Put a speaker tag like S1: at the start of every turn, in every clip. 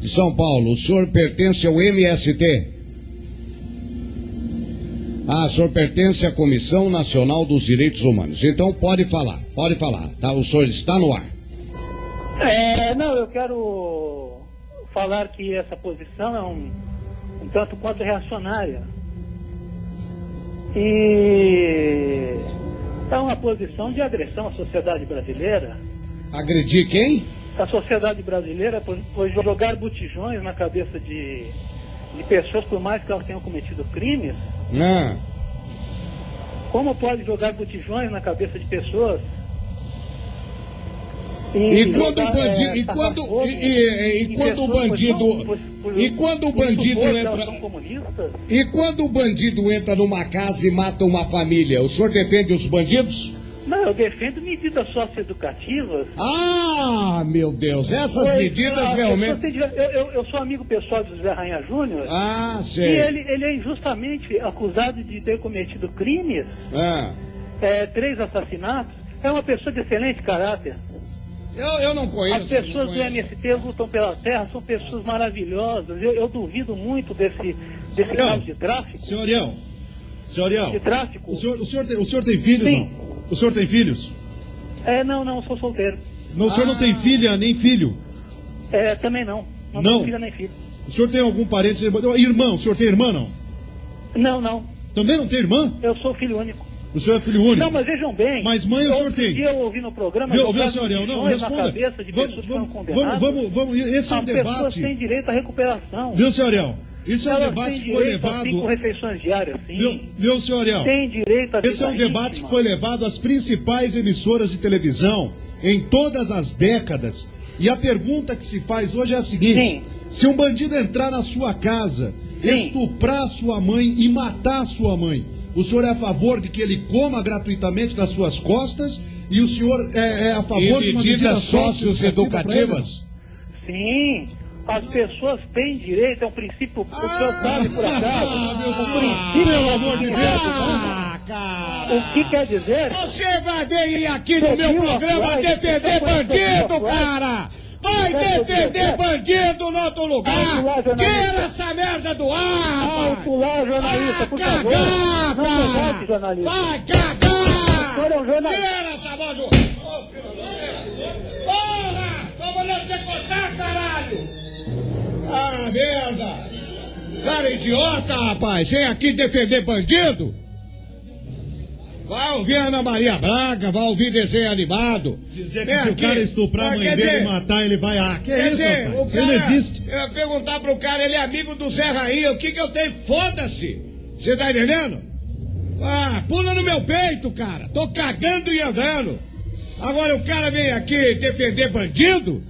S1: de São Paulo. O senhor pertence ao MST? Ah, o senhor pertence à Comissão Nacional dos Direitos Humanos. Então pode falar, pode falar, tá? O senhor está no ar.
S2: É, não, eu quero falar que essa posição é um, um tanto quanto reacionária. E é uma posição de agressão à sociedade brasileira.
S1: Agredir quem?
S2: A sociedade brasileira por, por jogar botijões na cabeça de, de pessoas, por mais que elas tenham cometido crimes.
S1: Não.
S2: Como pode jogar botijões na cabeça de pessoas?
S1: E quando o
S2: jogar,
S1: bandido,
S2: é,
S1: e quando,
S2: tacar
S1: e,
S2: fogo
S1: e- e
S2: em
S1: quando o
S2: pessoas, pois
S1: bandido,
S2: não, pois- pois-
S1: e quando o
S2: por
S1: bandido
S2: supor que elas
S1: entra,
S2: são comunistas,
S1: e quando o bandido entra numa casa e mata uma família, o senhor defende os bandidos?
S2: Não, eu defendo medidas socioeducativas. ah,
S1: Ah, meu Deus, essas
S2: Eu-
S1: medidas
S2: eu-
S1: realmente.
S2: Eu, eu, eu- eu sou amigo pessoal do José Arranha Júnior.
S1: Ah,
S2: E
S1: sei.
S2: ele, ele é injustamente acusado de ter cometido crimes,
S1: Ah.
S2: é, três assassinatos. É uma pessoa de excelente caráter.
S1: Eu, eu não conheço.
S2: As pessoas
S1: não
S2: do
S1: conheço.
S2: MST lutam pela terra, são pessoas maravilhosas. Eu, eu duvido muito desse, desse
S3: Não.
S2: caso de tráfico.
S3: Senhorião, senhorião,
S2: De tráfico?
S3: o senhor, o senhor, tem, o senhor tem filhos?
S2: Sim.
S3: Não? O senhor tem filhos?
S2: É, não, não, sou solteiro.
S3: Não, o senhor não
S2: Ah.
S3: tem filha nem filho?
S2: É, também não. Não,
S3: Não.
S2: tenho filha nem filho.
S3: O senhor tem algum parente? Irmão, o senhor tem irmã não?
S2: Não, não.
S3: Também não tem irmã?
S2: Eu sou filho único.
S3: O senhor é filho único?
S2: Não, mas vejam bem.
S3: Mas mãe o senhor
S2: Outro
S3: tem.
S2: dia eu ouvi no programa.
S3: Viu,
S2: jogar
S3: viu senhorião? Não,
S2: milhões Na
S3: responda.
S2: cabeça de pessoas que
S3: Vamos,
S2: foram
S3: vamos,
S2: condenadas.
S3: vamos, vamos, vamos, esse é um
S2: As pessoas
S3: debate.
S2: têm direito à recuperação.
S3: Viu, senhorião? Isso é um
S2: Elas
S3: debate
S2: têm
S3: que foi
S2: direito a
S3: levado.
S2: cinco refeições diárias, sim.
S3: Viu, viu senhorião?
S2: Tem direito a
S3: Esse é
S2: vida
S3: um debate
S2: íntima.
S3: que foi levado às principais emissoras de televisão em todas as décadas. E a pergunta que se faz hoje é a seguinte:
S2: Sim.
S3: se um bandido entrar na sua casa,
S2: Sim.
S3: estuprar sua mãe e matar sua mãe, o senhor é a favor de que ele coma gratuitamente nas suas costas? E o senhor é, é a favor
S1: E
S3: de uma
S1: medidas
S3: medida
S1: socioeducativas?
S3: pra ele, não?
S2: Sim. As pessoas têm direito, é um princípio, o senhor sabe por acaso. o princípio,
S3: Ah,
S2: né?
S3: pelo amor de
S1: Ah, cara.
S2: O que quer dizer?
S1: Você vai vir aqui no
S2: Você
S1: meu
S2: viu a
S1: programa
S2: frase?
S1: defender
S2: Você pode defender
S1: bandido,
S2: a frase?
S1: cara! Vai
S2: Você vai
S1: defender
S2: defender?
S1: bandido no outro
S2: Vai pular,
S1: lugar!
S2: jornalista.
S1: Tira essa merda do ar!
S3: Ah,
S2: Vai pular, jornalista, por favor.
S1: Cagar,
S2: Não provoque,
S1: cara!
S2: jornalista.
S1: Vai cagar!
S2: O senhor é um jornalista.
S1: Tira essa voz do... Ô, filho da merda! Porra! Tô mandando você cortar, caralho! Ah, merda! Cara idiota, rapaz! Vem aqui defender bandido! Vai ouvir Ana Maria Braga, vai ouvir desenho animado.
S3: Dizer que
S1: Vem
S3: se o
S1: É aqui.
S3: cara estuprar a
S1: Mas
S3: mãe
S1: quer
S3: dele
S1: dizer,
S3: e matar, ele vai. Ah, que
S1: Quer
S3: é isso,
S1: dizer,
S3: rapaz?
S1: o
S3: Isso
S1: cara, é
S3: não existe.
S1: Eu ia perguntar pro cara, ele é amigo do Zé Rainha, o que que eu tenho? Foda-se! Você tá entendendo? Ah, pula no meu peito, cara! Tô cagando e andando! Agora o cara vem aqui defender bandido,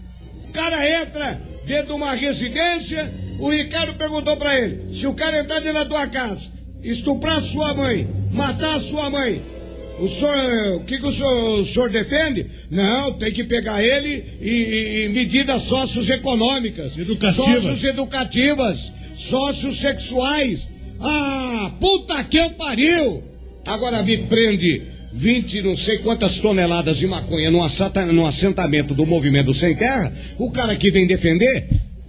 S1: o cara entra dentro de uma residência, o Ricardo perguntou pra ele, se o cara entrar dentro da tua casa, estuprar sua mãe, matar sua mãe, o senhor, o que, que o, senhor, o senhor defende? Não, tem que pegar ele e, e- e medidas socioeconômicas,
S3: Educativas.
S1: socioeducativas, sociossexuais. Ah, puta que eu pariu! Agora me prende 20, não sei quantas toneladas de maconha num, assata- num assentamento do movimento Sem Terra, o cara que vem defender?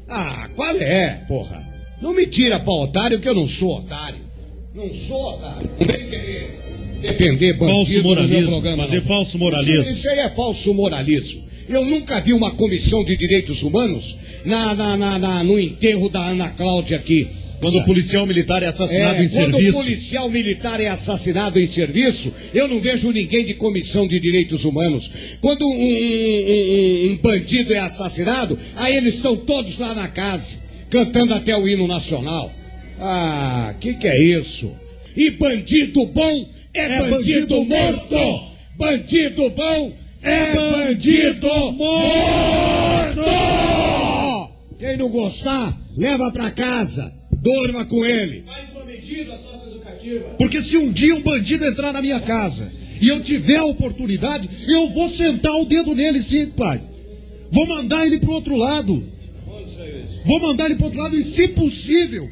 S1: Ah, qual é, porra? Não me tira pra otário que eu não sou otário. Não sou otário. Não vem querer defender bandido
S3: Falso moralismo,
S1: no meu programa,
S3: fazer
S1: não.
S3: falso moralismo.
S1: Isso, isso aí é falso moralismo. Eu nunca vi uma comissão de direitos humanos na, na- na- na- no enterro da Ana Cláudia aqui.
S3: Quando o policial militar é assassinado
S1: É,
S3: em
S1: quando
S3: serviço.
S1: o policial militar é assassinado em serviço, eu não vejo ninguém de comissão de direitos humanos. Quando um, um- um- um bandido é assassinado, aí eles estão todos lá na casa, cantando até o hino nacional. Ah, que que é isso? E bandido bom é,
S3: É
S1: bandido,
S3: bandido
S1: morto.
S3: morto.
S1: Bandido bom é bandido morto! Quem não gostar, leva pra casa. Durma com ele.
S3: Porque se um dia um bandido entrar na minha casa e eu tiver a oportunidade, eu vou sentar o dedo nele sim, pai. Vou mandar ele pro outro lado. Vou mandar ele pro outro lado e, se possível,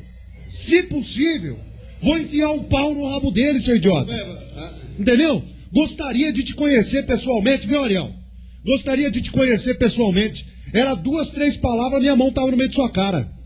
S3: se possível, vou enfiar um pau no rabo dele, seu idiota. Entendeu? Gostaria de te conhecer pessoalmente, meu Ariel. Gostaria de te conhecer pessoalmente.
S1: Era duas, três palavras, minha mão estava no meio de sua cara.